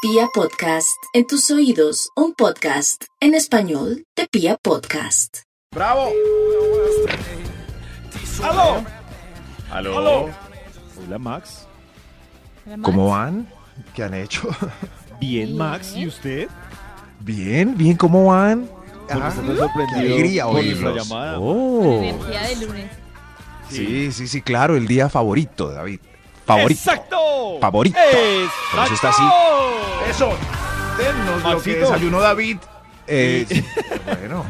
Pia Podcast, en tus oídos, un podcast en español de Pia Podcast. ¡Bravo! ¡Aló! Aló. Aló. Hola Max. ¿Cómo van? ¿Qué han hecho? Bien, Max. ¿Y usted? Bien, bien, ¿cómo van? Porque Ah, usted nos sorprendió qué alegría con nuestra oírlos. llamada. Oh. Energía de lunes. Sí, sí, sí, claro, el día favorito, David. Favorito. ¡Exacto! Eh, Favorito. Pero eso está así. Eh, Eso. Denos lo que Maxito. desayunó David. Eh, bueno,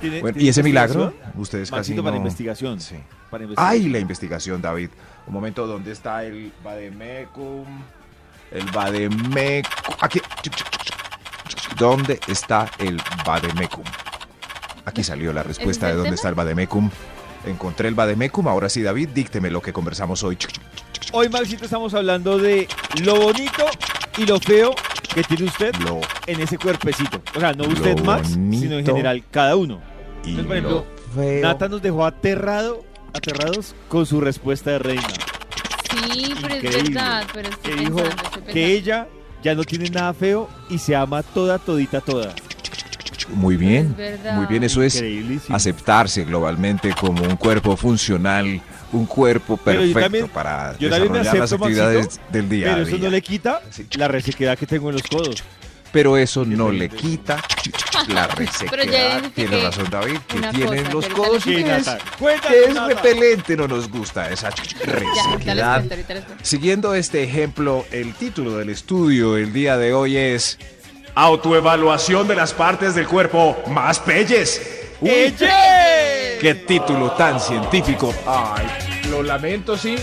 ¿Tiene- bueno, tiene ¿y ese milagro? investigación? Ustedes casi Maxito para no- investigación. Sí. Para investigación. Ay, la investigación, David. Un momento, ¿dónde está el Bademecum? El Bademecum. Aquí. ¿Dónde está el Bademecum? Aquí salió la respuesta de el dónde tema? está el Bademecum. Encontré el Bademecum. Ahora sí, David, dícteme lo que conversamos hoy. Hoy, Maxito, estamos hablando de lo bonito y lo feo que tiene usted Lo en ese cuerpecito. O sea, no Lo usted, Max, sino en bonito. general, cada uno. y Entonces, por lo ejemplo, feo. Nata nos dejó aterrado, aterrados con su respuesta de reina. Sí, pero es Increíble. verdad, pero estoy que pensando, dijo estoy que pensando. ella ya no tiene nada feo y se ama toda, todita, toda. Muy bien. Es verdad. Muy bien, eso es Increíble. aceptarse globalmente como un cuerpo funcional, un cuerpo Pero yo perfecto también- para yo también me desarrollar las acepto, actividades Maxito, del día Pero a eso día. no le quita Sí. la resequedad que tengo en los codos. Pero eso no le pendiente. quita la resequedad. identifiqué Tiene razón, David, que una tienen cosa, los que ahorita les codos y Sí, que es, Nata. Cuéntanos, que es Nata. repelente, no nos gusta esa Ya, ahorita les resequedad. cuento, ahorita les cuento. Siguiendo este ejemplo, el título del estudio el día de hoy es Autoevaluación de las partes del cuerpo más pelles. Uy, ¡Ella! ¡Qué título tan científico! Ay, lo lamento, sí.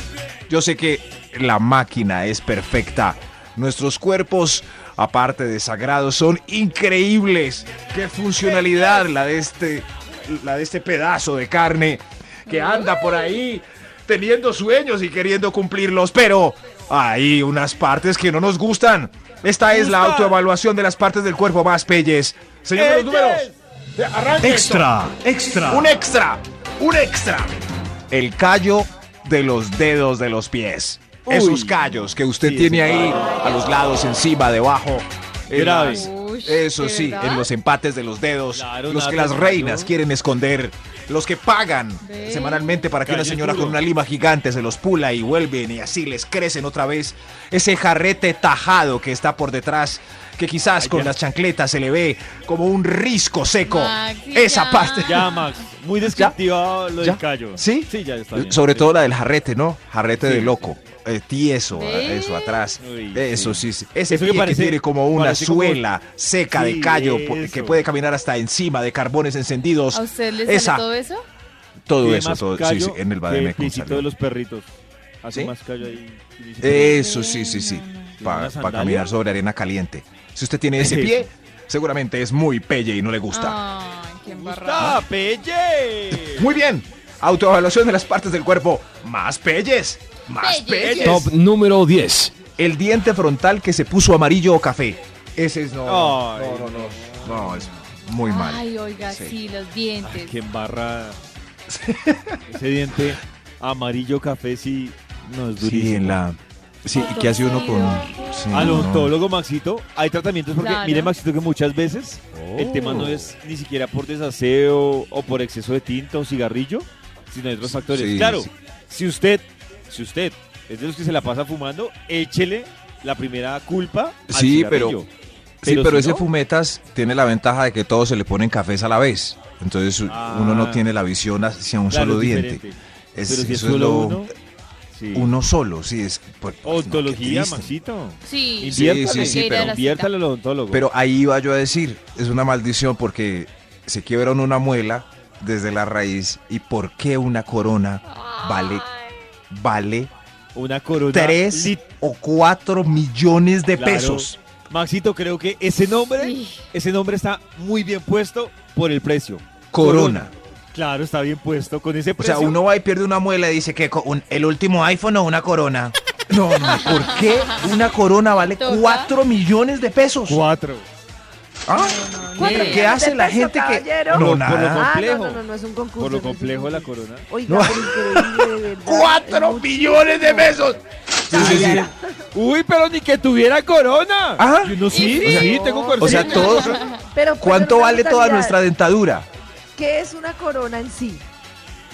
Yo sé que la máquina es perfecta. Nuestros cuerpos, aparte de sagrados, son increíbles. ¡Qué funcionalidad la de este, la de este pedazo de carne que anda por ahí teniendo sueños y queriendo cumplirlos! Pero hay unas partes que no nos gustan. Esta es la Gustan. autoevaluación de las partes del cuerpo más pelles. Señor de los números, arranque esto. Extra, extra. Un extra, un extra. El callo de los dedos de los pies. Esos callos que usted Sí, tiene sí. ahí a los lados, encima, debajo. en Grave. las- Uy, Eso ¿de sí, verdad? en los empates de los dedos. Claro, los que nada, las pero reinas yo- quieren esconder. Los que pagan Ve. semanalmente para que una Callo señora duro. con una lima gigante se los pula y vuelven y así les crecen otra vez. Ese jarrete tajado que está por detrás, que quizás Ay, con ya. las chancletas se le ve como un risco seco. Maxi, Esa ya. parte. Ya, Max. Muy descriptiva lo ¿Ya? del callo. ¿Sí? Sí, ya está bien. Sobre Sí. todo la del jarrete, ¿no? Jarrete Sí, de sí. loco. eh, tieso, ¿Ve? eso atrás. Uy, eso sí. sí. sí. Ese Eso que pie que, parece- tiene como una parece como- suela seca de Sí, callo po- que eso. puede caminar hasta encima de carbones encendidos. ¿A usted le sale Esa, todo eso? todo Tiene eso, más todo, sí, callo sí, en el que Bademecum piecito salió. de los perritos. Hace ¿Sí? más callo ahí. que el piecito de los- Mm. Eso sí, sí, sí. Para ¿Una sandalia? caminar sobre arena caliente. Si usted tiene ese pie, seguramente es muy pelle y no le gusta. Ay, qué embarrada. ¡Gusta, Pelle! Muy bien. Autoevaluación de las partes del cuerpo. Más pelles. Más Pelles. pelles. Top número 10. El diente frontal que se puso amarillo o café. Ese es no. Ay, no, no, no. No, es muy mal. Ay, oiga, Sí. sí, los dientes. ¡Qué embarrada! Ese diente amarillo café sí no es durísimo. sí, en la. Sí, ¿y qué hace uno con.? Sí, Al no. odontólogo Maxito, hay tratamientos porque Claro. mire Maxito que muchas veces el tema Oh. no es ni siquiera por desaseo o por exceso de tinta o cigarrillo, sino de otros factores. Sí, claro, sí. si usted, si usted es de los que se la pasa fumando, échele la primera culpa al Sí, pero- cigarrillo. Sí, pero, si ese no, fumetas tiene la ventaja de que todos se le ponen cafés a la vez. Entonces u- Ah. uno no tiene la visión hacia un claro, solo es diente. diferente. Es, pero si es eso es solo lo- uno, sí. uno solo, sí, es. pues, no, qué Odontología, triste. Maxito. Sí. Sí, Inviértale, sí, sí, pero- inviértale al odontólogo. Pero ahí iba yo a decir, es una maldición porque se quiebran una muela desde la raíz y por qué una corona vale vale una corona 3 lit- o 4 millones Pues de Claro. pesos. Maxito, creo que ese nombre, Ay, ese nombre está muy bien puesto por el precio. Corona. Claro, está bien puesto con ese O precio. sea, uno va y pierde una muela y dice que co- un- el último iPhone o una corona. No, no, ¿por qué una corona vale Toca. 4 millones de pesos? cuatro. ¿Ah? ¿Cuánto? ¿Qué hace la gente que.? caballero? No, Por- por lo nada. con- Ah, no, complejo. no, no, no es un concurso. Por no lo es un complejo de la concurso. corona. Oiga, No. pero increíble, de verdad. ¡Cuatro Es millones de pesos! Ah, Sí, sí, sí. Uy, pero ni que tuviera corona. Ajá. Yo No, sí, Sí, sí. sí, tengo corona. ¿ah? O sea, todos. mucho. Pero, pero ¿Cuánto una vale toda brutalidad. nuestra dentadura? ¿Qué es una corona en sí?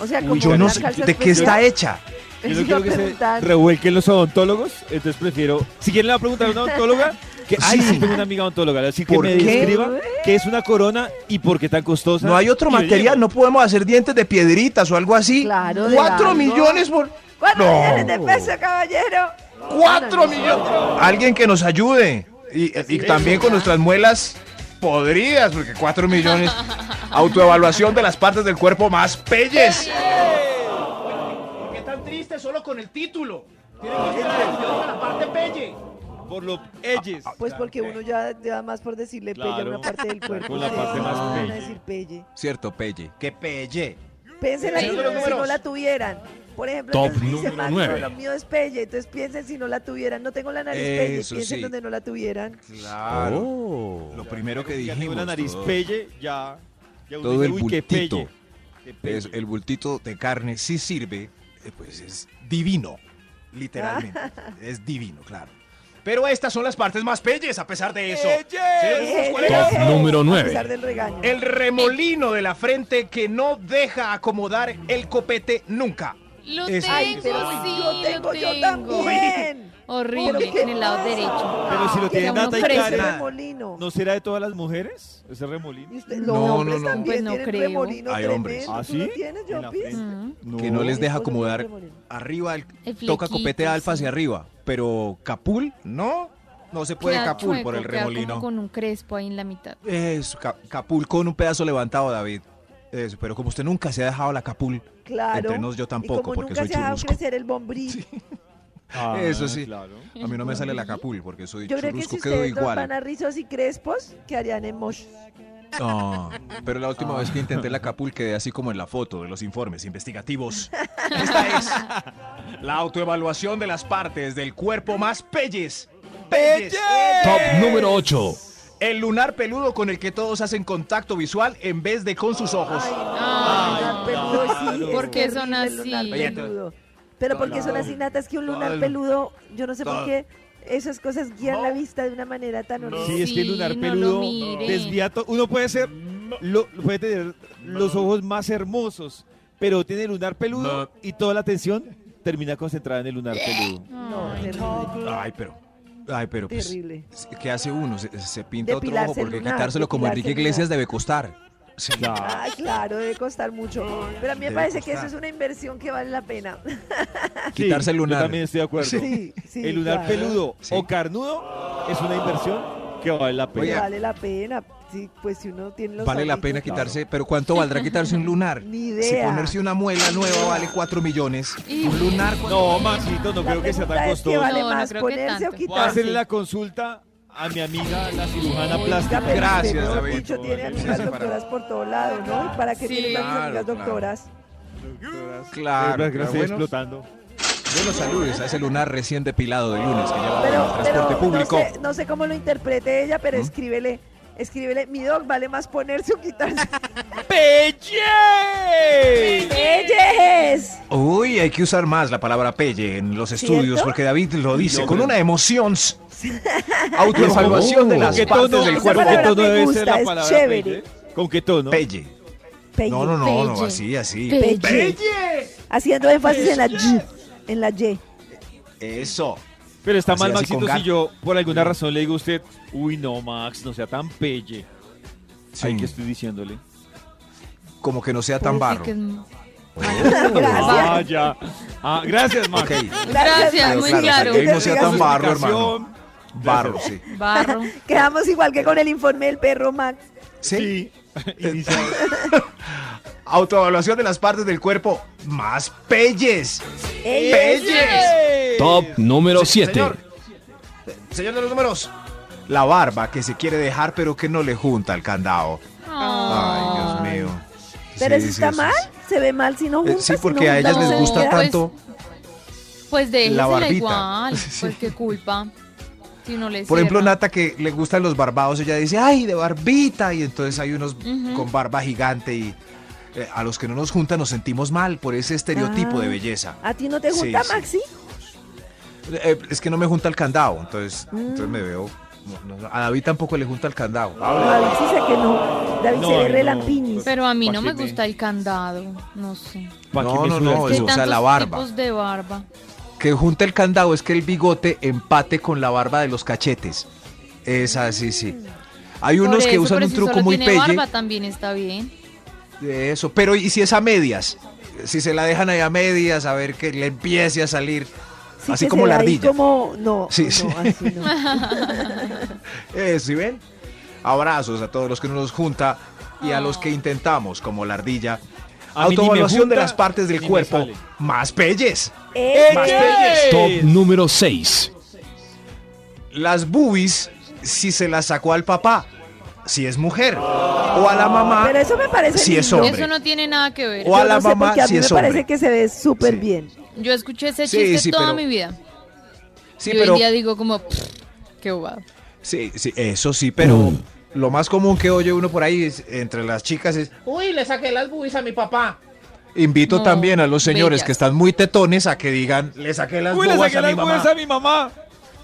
O sea, Uy, como Yo una no sé. calza ¿De qué está especial. hecha? Yo no Eso iba a quiero que se preguntar. revuelquen los odontólogos, entonces prefiero. Si quieren le va a preguntar a una odontóloga, que ay, Ah, Sí. sí tengo una amiga odontóloga, así que ¿Por me qué? describa qué es una corona y por qué tan costosa. No hay otro Y yo llego. material, no podemos hacer dientes de piedritas o algo así. Claro, de Cuatro algo. millones por. ¡Cuatro No. millones de pesos, caballero! ¡Cuatro No, no, millones! Alguien que nos ayude. Y, y también con nuestras muelas podridas, porque cuatro millones. Autoevaluación de las partes del cuerpo más pelles. ¿Por qué tan triste solo con el título? Tiene que estar a la parte pelle. Por los elles. Pues porque uno ya da más por decirle pelle a Claro. una parte del cuerpo. Con la ustedes parte no más van a pelle. decir pelle. Cierto, pelle. ¡Qué pelle! Piensen Sí. si, Número, no- si no la tuvieran. Por ejemplo, Top entonces dice número Max, nueve. no, lo mío es pelle. Entonces piensen si no la tuvieran. No tengo la nariz pelle. Eso Piensen sí. donde no la tuvieran. Claro. Ah, Lo primero que Oh. Ya tengo dijimos. una nariz todo. pelle, ya. ya uno todo el uy, qué bultito. pelle, qué pelle. Es- el bultito de carne sí sirve, eh, pues es divino, literalmente. es divino, claro. Pero estas son las partes más pelles, a pesar de eso. ¡Elles! Señores, Eh, ¿cuál Top era? eh, número nueve. A pesar del regaño. El remolino de la frente que no deja acomodar el copete nunca. Lo Es- tengo, Ay, pero si sí, yo tengo, lo yo tengo. también. Horrible, Pero qué en el lado derecho. Pero si lo Que tiene uno Nata y crece Karen, remolino. ¿no será de todas las mujeres ese remolino? Y usted- No, los no, hombres no. también Pues no tienen creo. remolino Hay hombres. tremendo. ¿Ah, ¿Tú lo sí? tienes, En la Jopis? frente. Ujú. Que no les Mi deja esposo acomodar tiene remolino. arriba, el- Mm. El flequito, toca copete alfa sí. hacia arriba, pero capul, no, no se puede Queda capul por chueco, el queda como remolino. con un crespo ahí en la mitad. Eso, ca- capul con un pedazo levantado, David. Eso, pero como usted nunca se ha dejado la capul, Claro. entre nos yo y tampoco, como porque nunca soy se ha dejado churrusco. crecer el bombril. Eso sí. Ah, Claro. A mí no me sale la capul porque soy Yo creo que si churrusco, quedo ustedes dos igual. van a rizos y crespos, quedarían en mosh. No, pero la última vez que intenté la capul quedé así como en la foto de los informes investigativos. Esta es la autoevaluación de las partes del cuerpo más pelles. ¡Pelles! Top número 8. El lunar peludo con el que todos hacen contacto visual en vez de con sus ojos. Ay, no, Ay, lunar peludo, sí, claro. es ¿Por qué son terrible el lunar así? Oye, peludo. Pero porque son así, Nata, es que un lunar Todo. peludo, yo no sé por Todo. qué esas cosas guían la vista de una manera tan horrible. Sí, es que el lunar Sí, no lo peludo mire. desvía todo. Uno puede ser, lo, puede tener los ojos más hermosos, pero tiene el lunar peludo y toda la atención termina concentrada en el lunar peludo. No, terrible. Ay, pero. Ay, pero pues. Terrible. ¿Qué hace uno? Se, se pinta otro Depilarse ojo porque lunar, quitárselo como depilarse Enrique lunar. Iglesias debe costar. Sí. Ah, claro, debe costar mucho. Pero a mí me Debe parece que eso costar. es una inversión que vale la pena. Sí, Quitarse el Yo lunar. también estoy de acuerdo. Sí, sí. el lunar claro. peludo Sí. o carnudo es una inversión que vale la Pero pena. Pues Vale la pena. Sí, pues si uno tiene los. Vale la ahorritos, pena quitarse, pero ¿cuánto valdrá quitarse un lunar? Ni Si idea. ponerse una muela nueva vale 4 millones. Un lunar. No, Maxito, no La creo que sea pregunta tan es, ¿qué costoso. vale No, no más, creo que ponerse o tanto. Voy a quitarse? hacerle la consulta a mi amiga, la cirujana Oiga, plástica. pero Gracias, usted, mejor David. dicho, tiene Sí, amigas sí, para- doctoras por todo lado, ¿no? ¿Y ¿Para qué Sí. tiene tantas amigas Claro, doctoras? Claro. pero gracias, bueno, explotando. buenos saludes a ese lunar recién depilado de lunes que lleva en el Pero, transporte pero no, público. ¿Mm? sé, no sé cómo lo interprete ella, pero escríbele. Escríbele, mi doc, vale más ponerse o quitarse. ¡Pelle! ¡Ellas! Uy, hay que usar más la palabra pelle en los estudios ¿Cierto? porque David lo dice No, con pero- una emoción. Autoevaluación de las ¿Qué partes tono, del Esa cuerpo. ¿Con qué palabra tono me debe gusta, ser la es palabra chévere. pelle? ¿Con qué tono? Pelle. No, no, no, no, así, así. Pelle. Pelle. Haciendo énfasis en la Y. En la Y. Eso. Pero está Así, mal, así, con Maxito, si ga- yo por alguna razón le digo a usted, uy, no, Max, no sea tan pelle. Ay, ¿qué estoy diciéndole? Como que no sea tan Parece barro. que es- Gracias. Ah, ya. Ah, gracias, Max. Ok. Gracias, muy claro. Claro, claro, que no sea Gracias. tan barro, hermano. Explicación. Barro, sí. Barro. Quedamos igual que con el informe del perro Max. Sí. Inicial. Autoevaluación de las partes del cuerpo más pelles. Ey, Top número 7. Señor, señor de los números. La barba que se quiere dejar pero que no le junta el candado. Ah, Ay, Dios mío. Pero Sí, eso sí, está mal, se ve mal si no Eh, juntas. Sí, si no porque a ellas juntas, les no. gusta pues, tanto. Pues déjesela barbita. igual. Pues qué culpa. Si uno le Por ejemplo, cierra. Nata que le gustan los barbados, ella dice, ay, de barbita. Y entonces hay unos Ujú. con barba gigante y eh, a los que no nos juntan nos sentimos mal por ese estereotipo Ah. de belleza. ¿A ti no te Sí, gusta, sí. Maxi? Eh, es que no me junta el candado, entonces, Mm. entonces me veo... no, no, a David tampoco le junta el candado. David Ah. dice que no. David No, se ve no. relampiñis. Pero a mí no me Imagínate. gusta el candado. No sé. ¿Pa' No, qué me suda no, el no, Que eso. hay o culo? sea, Pues la tantos barba. tipos de barba. que junta el candado es que el bigote empate con la barba de los cachetes. Esa sí, sí. Hay Mm. Por unos que eso, usan pero un si truco solo muy tiene pelle. barba también está bien. de Eso, pero ¿y si es a medias? Si se la dejan ahí a medias, a ver que le empiece a salir. Sí así que como se la ve ahí ardilla. Como... No, Sí, no, sí. así no. Eh, ¿sí ven? Abrazos a todos los que no nos junta y a los Ah. que intentamos, como la ardilla. A mí ni me Autoevaluación de junta, las partes del ni me cuerpo sale. más pelles. ¡Eh! Más ¡Ey! pelles. Top número 6. las boobies si se las sacó al papá, si es mujer, o a la mamá. Pero eso me parece Sí, lindo. es hombre. Eso no tiene nada que ver. O a Yo la no sé, mamá porque a sí mí me es hombre. parece que se ve súper Sí. bien. Yo escuché ese Sí, chiste sí, toda pero- mi vida. sí, y hoy pero, en día digo como, "Pff, qué bobado. sí, sí, eso sí, pero Mm. lo más común que oye uno por ahí es- entre las chicas es, Uy, le saqué las bubis a mi papá. invito No, también a los señores bellas. que están muy tetones a que digan, le saqué las Uy, le bobas saqué a mi las mamá. huevas a mi mamá.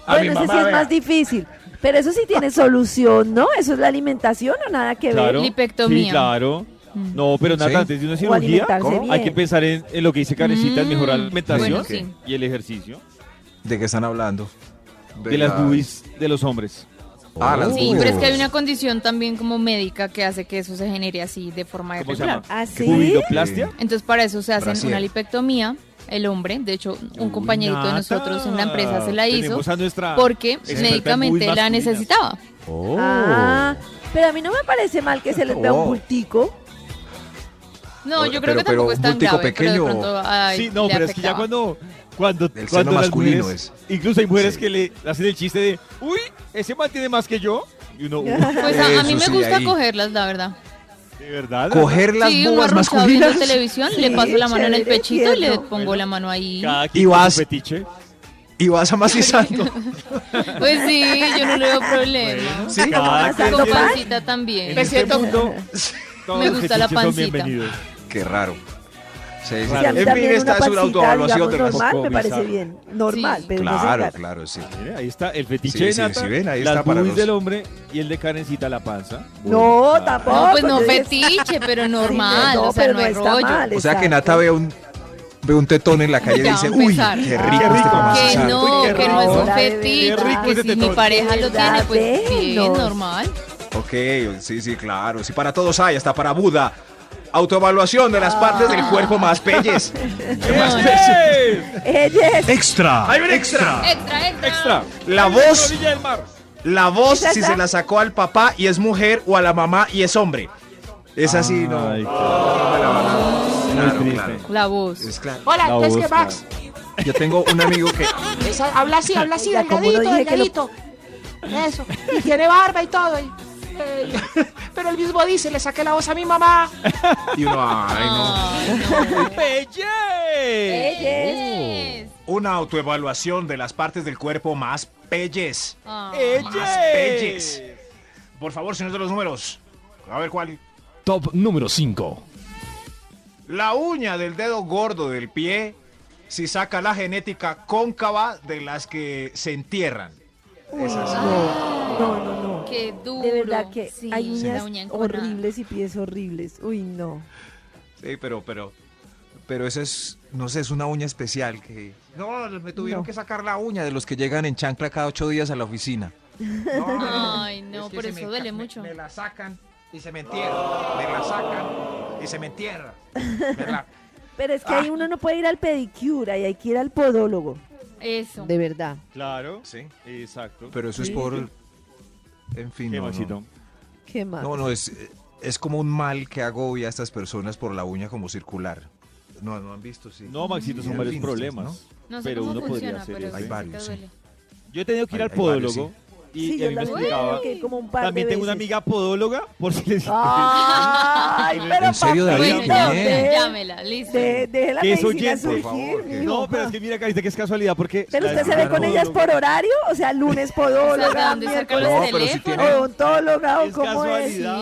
A mi bueno, ese sí mamá, es vea. más difícil. Pero eso sí tiene solución, ¿no? Eso es la alimentación o nada que Claro. Lipectomía. Sí, claro. Mm. No, pero nada, Sí. antes de una ver. O cirugía alimentarse ¿Cómo? bien. hay que pensar en, en lo que dice Carecita, en mejorar la Mm, alimentación bueno, sí. y el ejercicio ¿De qué están hablando? de las boobies de los hombres. Ah, Sí, las boobies. pero es que hay una condición también como médica que hace que eso se genere así de forma ¿Cómo se irregular. llama? ¿Ah, sí? Bubiloplastia. Entonces para eso se hacen Brasier. una lipectomía, el hombre, de hecho un Uy, compañerito de Nata, nosotros en la empresa se la hizo tenemos a nuestra porque experta en boobies médicamente la masculinas. necesitaba. Ah, pero a mí no me parece mal que se les vea Oh. un bultico. No, Oye, yo creo pero- que tampoco pero es tan bultico grave, pero de pequeño. pronto ay, Sí, no, le pero es que ya afectaba. cuando cuando seno cuando las masculino mujeres, incluso hay mujeres Sí. que le hacen el chiste de, "Uy, ese man tiene más que yo." Y uno, uy, Pues a, a mí Eso me sí, gusta ahí. cogerlas, la verdad. de verdad. Coger las sí, uno bobas arrunchado viendo masculinas. televisión, le Sí, paso la mano en el chévere, pechito y le tierno. pongo la mano ahí. Cada Y quien con vas- su fetiche. Y vas amacizando. Pues sí, yo no le veo problema. Sí, como cada quien Con masando tiene- pan. pancita también. En este siento- mundo, todos Me los gusta la fetiches son pancita. bienvenidos. Qué raro. Sí, sí. Sí, a mí En fin, también una esta es una pancita, autoevaluación digamos, de las normal me poco parece bizarro. bien. Normal, Sí. pero no se Claro, trata. claro, sí. Mira, ahí está el Sí, fetiche sí, de Nata, sí, ven, ahí las está para boobies los- del hombre y el de Karencita la panza. Uy, No, ah. tampoco. No, pues no yo dije- fetiche, pero normal, no, o sea, pero no hay está rollo. mal, O sea que exacto. Nata ve un, ve un tetón en la calle y Ya va dice, a uy, empezar. qué rico Ah, qué este rico. Que mamacita". no, Uy, qué que no es un rico. fetiche, Qué rico que ese si mi tetón. pareja lo tiene, pues bien, Venos. normal. Ok, sí, sí, claro. Sí, para todos hay, hasta para Buda. Autoevaluación de las partes del cuerpo más pelles. Más no. pelles. Ella es- Extra. Hay un extra. Extra, extra. Extra. La Ahí voz. en orilla del mar. La voz ¿Esa si está? se la sacó al papá y es mujer o a la mamá y es hombre. Es así, no. Ah, Ay, Claro, triste. claro. La voz. Es claro. La Hola, es voz, que Max, Yo tengo un amigo que es- habla así, habla así, Ya, como delgadito, lo dije que lo- delgadito. Eso, y tiene barba y todo. y- eh, pero él mismo dice, le saqué la voz a mi mamá. y uno, ay, no. ¡Pelle! ella es- Yes. Una autoevaluación de las partes del cuerpo más pelles. Ah. Eh. Más pelles. Por favor, señor de los números. A ver cuál. Top número 5. La uña del dedo gordo del pie si saca la genética cóncava de las que se entierran. Esas. No, no, no, no. Qué duro. De verdad que Sí, hay la uñas uña enconada. horribles y pies horribles. Uy, no. Sí, pero, pero. Pero esa es, no sé, es una uña especial que... No, me tuvieron No. que sacar la uña de los que llegan en chancla cada ocho días a la oficina. Ay, no, por eso duele mucho. la sacan y se me entierra. Me la sacan y se me entierra. Pero es que Ah. ahí uno no puede ir al pedicura y hay que ir al podólogo. Eso. De verdad. Claro. Sí, Exacto. pero eso es Sí. por... En fin, ¿Qué, no, no. Maxito? Qué mal. No, no, es, es como un mal que agobia a estas personas por la uña como circular. No, no han visto, sí. No, Maxito, son Sí, varios sí, problemas. ¿no? No sé Pero cómo uno podría funciona, hacer eso, pero ¿eh? sí Hay que varios, sí. duele. Yo he tenido que ir Hay- al hay varios, podólogo Y, sí, y a mí me yo también me explicaba. equivoqué como un par También de tengo una veces. Ah, amiga podóloga, por si les Ay, pero ¿En serio, papito, David? Bueno, Qué ya, bien. de- llámela, listo. de- Deje la Que es medicina oyente, por surgir, favor, que- mijo. No, pero es que mira, Carita, que es casualidad, porque... Pero la usted se ve amiga con ellas por podóloga- horario, o sea, lunes podóloga, O sea, ¿de dónde sacan miércoles los No, pero si teléfonos? tiene- odontóloga o Es cómo es. casualidad.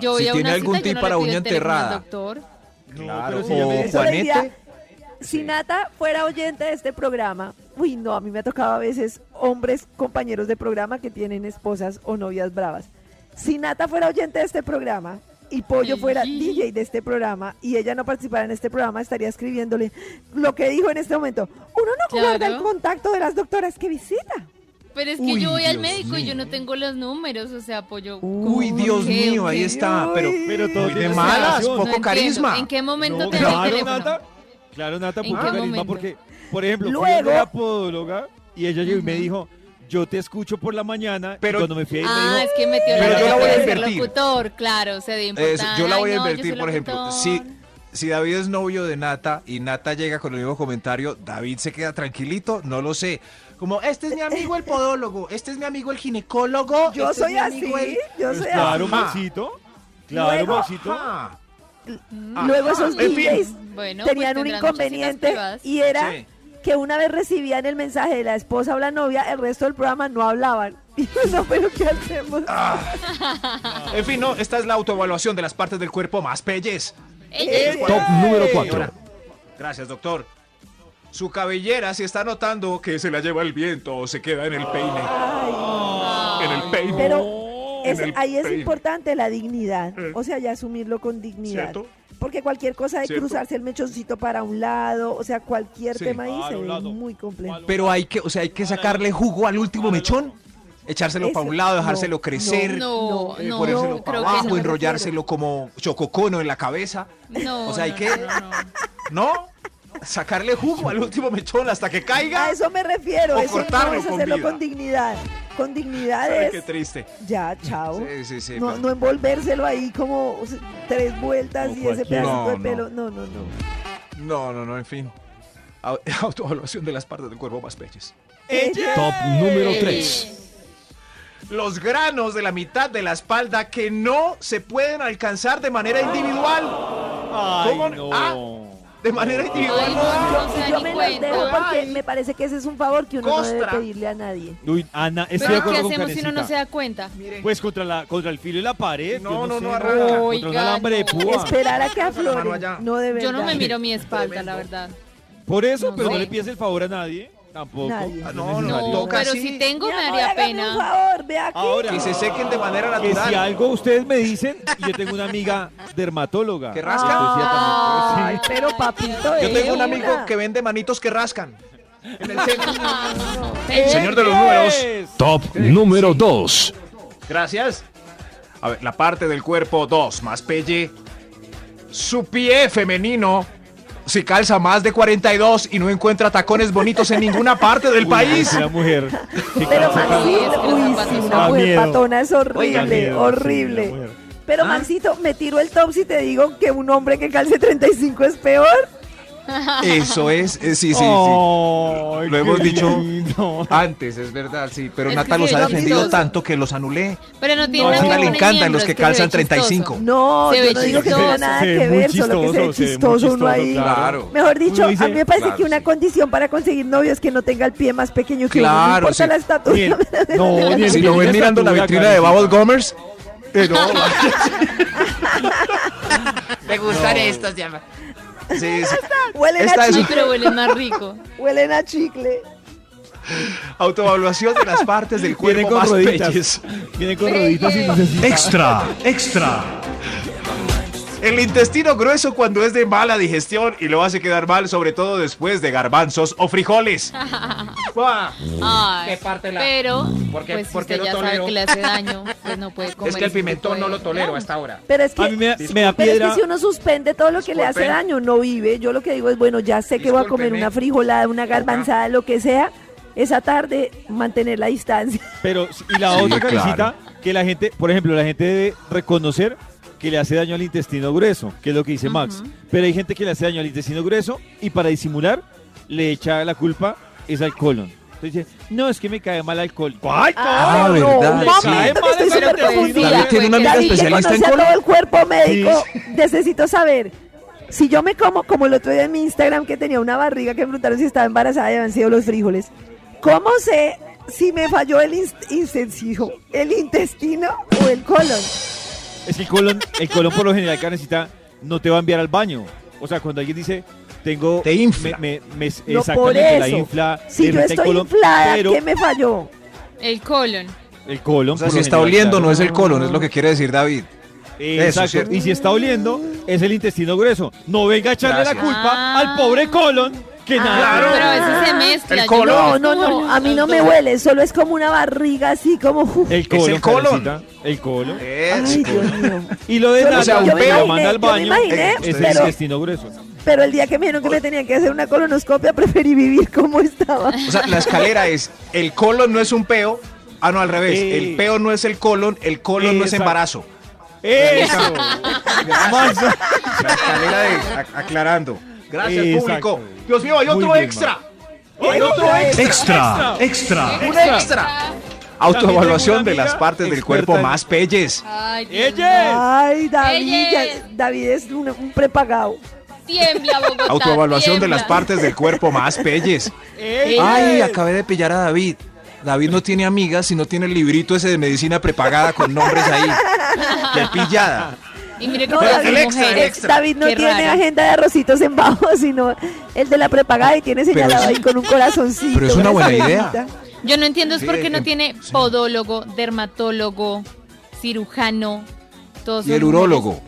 Sí, yo voy Si a tiene una algún cita, yo tip no para le pido uña el teléfono enterrada. al doctor. Claro, pero si ya Oh. me o dice- Eso le diría, Juanete. Si Nata fuera oyente de este programa, uy, no, a mí me ha tocado a veces hombres, compañeros de programa que tienen esposas o novias bravas. Si Nata fuera oyente de este programa y Pollo fuera Sí. DJ de este programa y ella no participara en este programa, estaría escribiéndole lo que dijo en este momento. Uno no Claro. guarda el contacto de las doctoras que visita. Pero es que yo voy al médico y yo no tengo los números, o sea, apoyo. Uy, Dios mío, ahí está. Pero, Pero todo muy de tiene malas, explicación. poco entiendo, carisma. ¿En qué momento No, te doy el claro, teléfono? Nata. Claro, Nata, ¿En poco qué carisma, momento? porque, por ejemplo, fui Luego- a la podóloga y ella llegó y me dijo, yo te escucho por la mañana, y Pero- cuando me fui ahí me Ah, dijo, es que metió Pero la yo la voy a de ser invertir. locutor, claro, se dio Es- importancia. yo la voy a Ay, no, yo invertir, soy por ejemplo. locutor. Si, si David es novio de Nata y Nata llega con el mismo comentario, ¿David se queda tranquilito? No lo sé. Como, este es mi amigo el podólogo, este es mi amigo el ginecólogo. este Yo es soy mi amigo así, el-". yo pues soy claro, así. ma. Maxito, claro, Luego- Maxito. Ah, Luego esos En fin. Bueno, DJs pues tenían un tendrán muchas citas inconveniente privadas. y era Sí. que una vez recibían el mensaje de la esposa o la novia, el resto del programa no hablaban. Y no, pero ¿qué hacemos? Ah. En fin, no, esta es la autoevaluación de las partes del cuerpo más pelles. Ella- Eh, Top número 4. Señora, Gracias, doctor. Su cabellera si está notando que se la lleva el viento o se queda en el peine. En el peine. Pero es- En el ahí es peine. Eh. importante la dignidad, o sea, ya asumirlo con dignidad. ¿Cierto? Porque cualquier cosa de ¿Cierto? cruzarse el mechoncito para un lado, o sea, cualquier Sí. tema ahí se Para un ve lado. muy complejo. Pero hay que, o sea, hay que sacarle jugo al último mechón, echárselo Ese- para un lado, no, dejárselo crecer, No, eh, no, ponérselo no, para creo que abajo, no. enrollárselo como chococono en la cabeza, No, O sea, hay no, que- no, no, no. ¿no? Sacarle jugo al último mechón hasta que A caiga. Ah, eso me refiero, O eso cortarlo no es con hacerlo vida. con dignidad. Con dignidad Ay, es qué triste. ya, chao. Sí, sí, sí. No, pero- no envolvérselo ahí como o sea, tres vueltas No, y ese cualquiera. pedacito de No, no. pelo. No, no, no. no, no, no, en fin. Au- Autoevaluación de las partes del cuerpo más pelles. Ella, Top número 3. Los granos de la mitad de la espalda que no se pueden alcanzar de manera individual. ay, ¿Cómo? no. Ah, De manera individual. Ay, no, no se Y da yo ni me las dejo cuenta. porque me parece que ese es un favor que uno no debe Costra. pedirle a nadie. Uy, Ana, estoy de Pero ¿qué acuerdo con hacemos si uno no se Karencita. da cuenta? Pues contra, la, contra el filo y la pared. yo No, no, sé, no, arranca. Contra un Oiga, alambre de no. púa. Esperar a que mano aflore. allá. No de verdad. Yo no me miro mi espalda, la verdad. Por eso, No pero no sé. le pides el favor a nadie. Tampoco. Nadie. Ah, es no, no, necesario. No, toca pero así. si tengo Mi me amor, haría hágame Un pena. favor, ve aquí. Ahora, Y se sequen de manera que si natural. algo ustedes me dicen, y yo tengo una amiga dermatóloga. Que rasca. Entonces, Ay, ella también pues, puede decir, pero papito, Yo tengo un de amigo una. que vende manitos que rascan. En el centro. Señor, Señor de los números. "Yes". Top número 2. Gracias. A ver, la parte del cuerpo 2 más pelle. Su pie femenino. Si calza más de 42 y no encuentra tacones bonitos en ninguna parte del Uy, país. La mujer. que Pero calza Maxito, Maxito, zapatos. uy, Da sí, una miedo. mujer patona es Oiga, miedo, horrible, sí, la horrible. mujer. Pero Maxito, me tiro el top si te digo que un hombre que calce 35 es peor. Eso es, eh, sí, sí, sí. Ay, Lo qué hemos dicho lindo. Antes, es verdad, sí. Pero Es Nata que los sí, ha no, defendido sí. tanto que los anulé. Pero no tiene No, nada a que Nata ver le con el encantan los miembro, que es se ve calzan 35. chistoso. No, Se yo ve no digo que chistoso. tenga nada Se ve que muy ver, solo que se ve chistoso, se ve muy chistoso chistoso, uno ahí. claro. Mejor dicho, Uno dice, a mí me parece claro, que una sí. condición para conseguir novio es que no tenga el pie más pequeño que uno, Claro, no importa sí. la estatura. Bien. No, ni el Si lo bien ven de mirando la estatura, vitrina Karencita. de Babos Gomers. eh, no, Me gustan estos, llama. sí, sí. Huelen Esta a es- Ay, chicle, pero huele más rico. huelen a chicle. Autoevaluación de las partes Viene del cuerpo con más roditas. pelles. Viene con roditas y Extra, extra. El intestino grueso cuando es de mala digestión y lo hace quedar mal, sobre todo después de garbanzos o frijoles. Buah. Ay, Que pártela. pero ¿Por qué- pues si por qué usted lo ya sabe tolero? que le hace daño, pues no puede comer. Es que el ese tipo pimentón de- no lo tolero hasta ahora. Pero es que, A mí me, da- me da pero es que piedra. si uno suspende todo lo que le hace Disculpen. daño, no vive. Yo lo que digo es, bueno, ya sé que voy a comer Discúlpeme. una frijolada, una garbanzada, lo que sea. Esa tarde, mantener la distancia. Pero, y la Sí, otra claro. carecita, que la gente, por ejemplo, la gente debe reconocer que le hace daño al intestino grueso, que es lo que dice Max. Pero hay gente que le hace daño al intestino grueso y para disimular le echa la culpa es al colon. Entonces dice, no, es que me cae mal alcohol. ¡Ay, Ah, coño! ¿verdad? ¡Mami! Sí. Cae mal Estoy esa súper vitamina. confundida. David tiene una amiga David, que especialista en conoce a colon. todo el cuerpo médico, necesito saber. Si yo me como, como el otro día en mi Instagram, que tenía una barriga que me preguntaron si estaba embarazada y habían sido los frijoles, ¿cómo sé si me falló el, inst- insensijo, el intestino o el colon? Es que el colon, el colon por lo general, Karencita, no te va a enviar al baño. O sea, cuando alguien dice, tengo... Te infla. Me, me- me- No, exactamente, por la eso. infla. Si yo irrita el estoy este colon, inflada, pero ¿qué me falló? El colon. El colon... O sea, por si lo está general, oliendo, claro. no es el colon, es lo que quiere decir David. Eso es Exacto. cierto. y si está oliendo, es el intestino grueso. No venga a echarle la Gracias. culpa Ah. al pobre colon, que Ah. nada. Pero a veces se mezcla. El yo colon. creo No, que no, no, colon, a mí no los me dos. huele, solo es como una barriga así como... uf. El Es colon. el colon. Karencita, El colon. Ay, Dios mío. Y lo de Yo me- nada, yo cuando me la imaginé, manda al yo me baño, imaginé, es el pero- intestino grueso. Pero el día que me dijeron que me tenían que hacer una colonoscopia, preferí vivir como estaba. O sea, la escalera es el colon no es un peo. Ah, no, al revés. Eh. El peo no es el colon, el colon no es Exacto. embarazo. ¡Eso! Gracias. La escalera de ac- aclarando. Gracias, Exacto. público. Dios mío, hay Muy otro bien, extra. Hay otro extra. Extra, extra. Un extra. Autoevaluación de amiga las partes del experta cuerpo en- más pelles. Ay, Dios ¡Ella! Ay, David, Ella ya- es- David es un, un prepagado. mío. Tiembla, Bogotá. Autoevaluación de tiembla. las partes del cuerpo más pelles. Ella. Ay, acabé de pillar a David. David no tiene amigas, sino tiene el librito ese de medicina prepagada con nombres ahí. De pillada. Y mire que No, todas David, somos mujeres. eh, David no Qué tiene raro. agenda de arrocitos en bajo, sino el de la prepagada y tiene señalado es- ahí con un corazoncito. pero es una buena estrellita. idea. Yo no entiendo es Sí, por qué em- no tiene podólogo, dermatólogo, cirujano, todos Y el urólogo.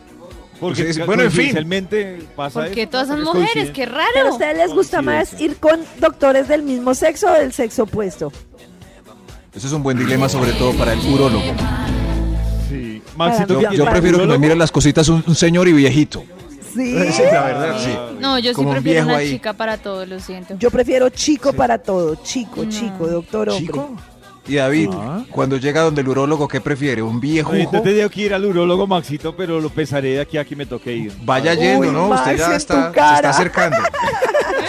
Porque Pues es- bueno, en fin. coincidencialmente pasa Porque eso, todas son es mujeres, coinciden- qué Pero a raro. ustedes les gusta más ir con doctores del mismo sexo o del sexo opuesto. Eso es un buen dilema, sobre todo para el urólogo. Sí. Para Maxito, mí Yo, Bien, yo para prefiero que el me urólogo. mire las cositas un, un señor y viejito. Sí. Esa es la verdad, Ah. sí. No, yo sí Como un prefiero viejo una ahí. chica para todo, lo siento. Yo prefiero chico para todo, chico, Mm. chico, doctor hombre. ¿Chico? Y David, Ah. cuando llega donde el urólogo, ¿qué prefiere? ¿Un viejo? Yo te que ir al urólogo, Maxito, pero lo pesaré de aquí a que me toque ir. Vaya Uy, yendo, ¿no? Max, Usted en ya tu está, se cara. está acercando.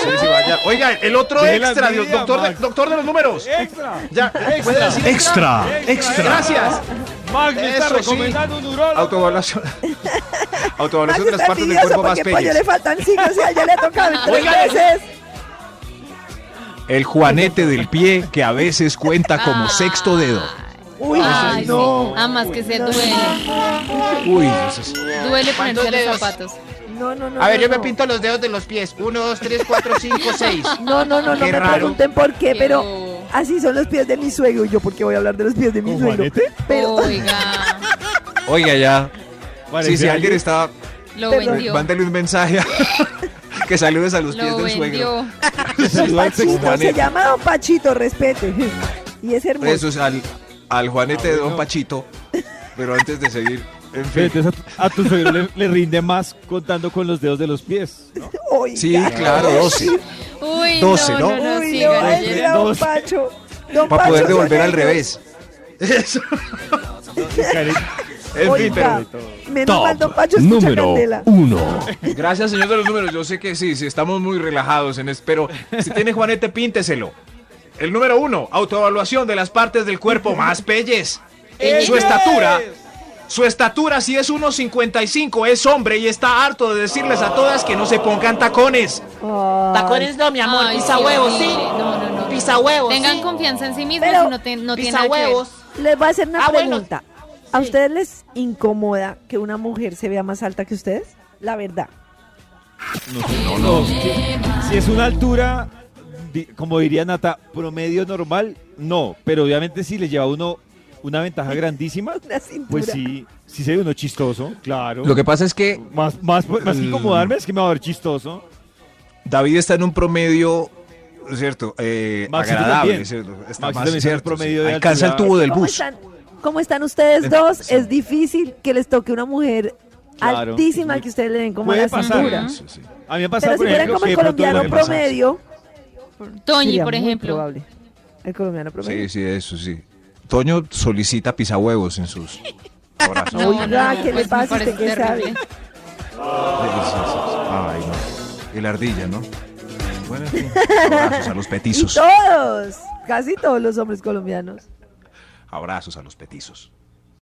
Sí, sí, vaya. Oiga, el otro Deje la extra, envidia, Dios- doctor, de, Max. doctor de los números. ¡Extra! Ya, ¿puede Extra. decir Extra, extra. Gracias. Max me está Eso sí. recomendando un urólogo. Autoevaluación. Max Autoevaluación de las está partes del envidioso cuerpo más porque pollo le bellas. faltan cinco, o sea, ya le ha tocado en tres Oiga, veces. El juanete del pie que a veces cuenta como Ah. sexto dedo. Uy, Ay, no. sí. Ah, más que se No, duele. Uy, eso es- Duele ¿Cuántos ponerse a dedos? los zapatos. Eh, No, no, no. A ver, no, yo me no. pinto los dedos de los pies. Uno, dos, tres, cuatro, cinco, seis. No, no, no, no Qué me raro. pregunten por qué, Qué pero bobo. así son los pies de mi suegro. Y yo, ¿por qué voy a hablar de los pies de mi ¿Con suegro? Juanete? Pero, Oiga, Oiga, ya. Parece Sí, si alguien alguien- está, lo Perdón. vendió. mándale un mensaje. a- que saludes a los pies Lo del suegro. vendió. Saluda al sexo. Pachito, se llama Don Pachito, respete. Y es hermoso. Eso es al, al Juanete Ah, de Don Pachito. Pero antes de seguir, en Pero fin. entonces a, tu- a tu suegro le, le rinde más contando con los dedos de los pies. Oiga. Sí, claro, 12. Uy, 12, no, ¿no? no, no, Uy, siga, no, Nayeli. era Don Dos. Pacho. Don Para Pacho poder devolver son al ellos. revés. Eso. En fin, Oiga, pero. menos mal Don Top Pacho escucha número Candela. uno. Gracias, señor de los números. Yo sé que sí, sí, estamos muy relajados en esto. Pero si tiene Juanete, pínteselo. El número uno, autoevaluación de las partes del cuerpo más pelles. Su estatura. Su estatura, si es 1,55, es hombre y está harto de decirles a todas que no se pongan tacones. Ay, Tacones no, mi amor. Ay, Pisa qué huevos, horrible. sí. No, no, no. Pisa huevos. Tengan sí. confianza en sí mismos Pero- y no, te, no tiene Pisa nada que ver. huevos. Les voy a hacer una Ah, bueno. pregunta. ¿A ustedes les incomoda que una mujer se vea más alta que ustedes? La verdad. No, no. Si, si es una altura, di- como diría Nata, promedio normal, no. Pero obviamente si le lleva a uno una ventaja grandísima, Una cintura. pues sí, sí se ve uno chistoso, claro. Lo que pasa es que más, más, más que incomodarme es que me va a ver chistoso. David está en un promedio, ¿cierto? Eh, Maxito agradable, también. ¿cierto? Está Maxito más también está en cierto, promedio sí. de Alcanza el altura. tubo del ¿Cómo bus. están, cómo están ustedes dos? sí. Es difícil que les toque una mujer Claro. altísima Muy- que ustedes le den como a puede la pasar. cintura. Sí, A mí me pasa Pero si fueran como el colombiano puede pasar, promedio, Toñi, sería por muy ejemplo. probable. El colombiano Sí, promedio. sí, eso sí. Toño solicita pisahuevos en sus abrazos. No, Oiga, no, no, ¿qué le pues me pasa? parece ¿Usted qué sabe? terrible. Sí, sí, sí, sí. Ay, no. Y la ardilla, ¿no? Bueno, en fin, abrazos a los Y petizos. todos. Casi todos los hombres colombianos. Abrazos a los petizos.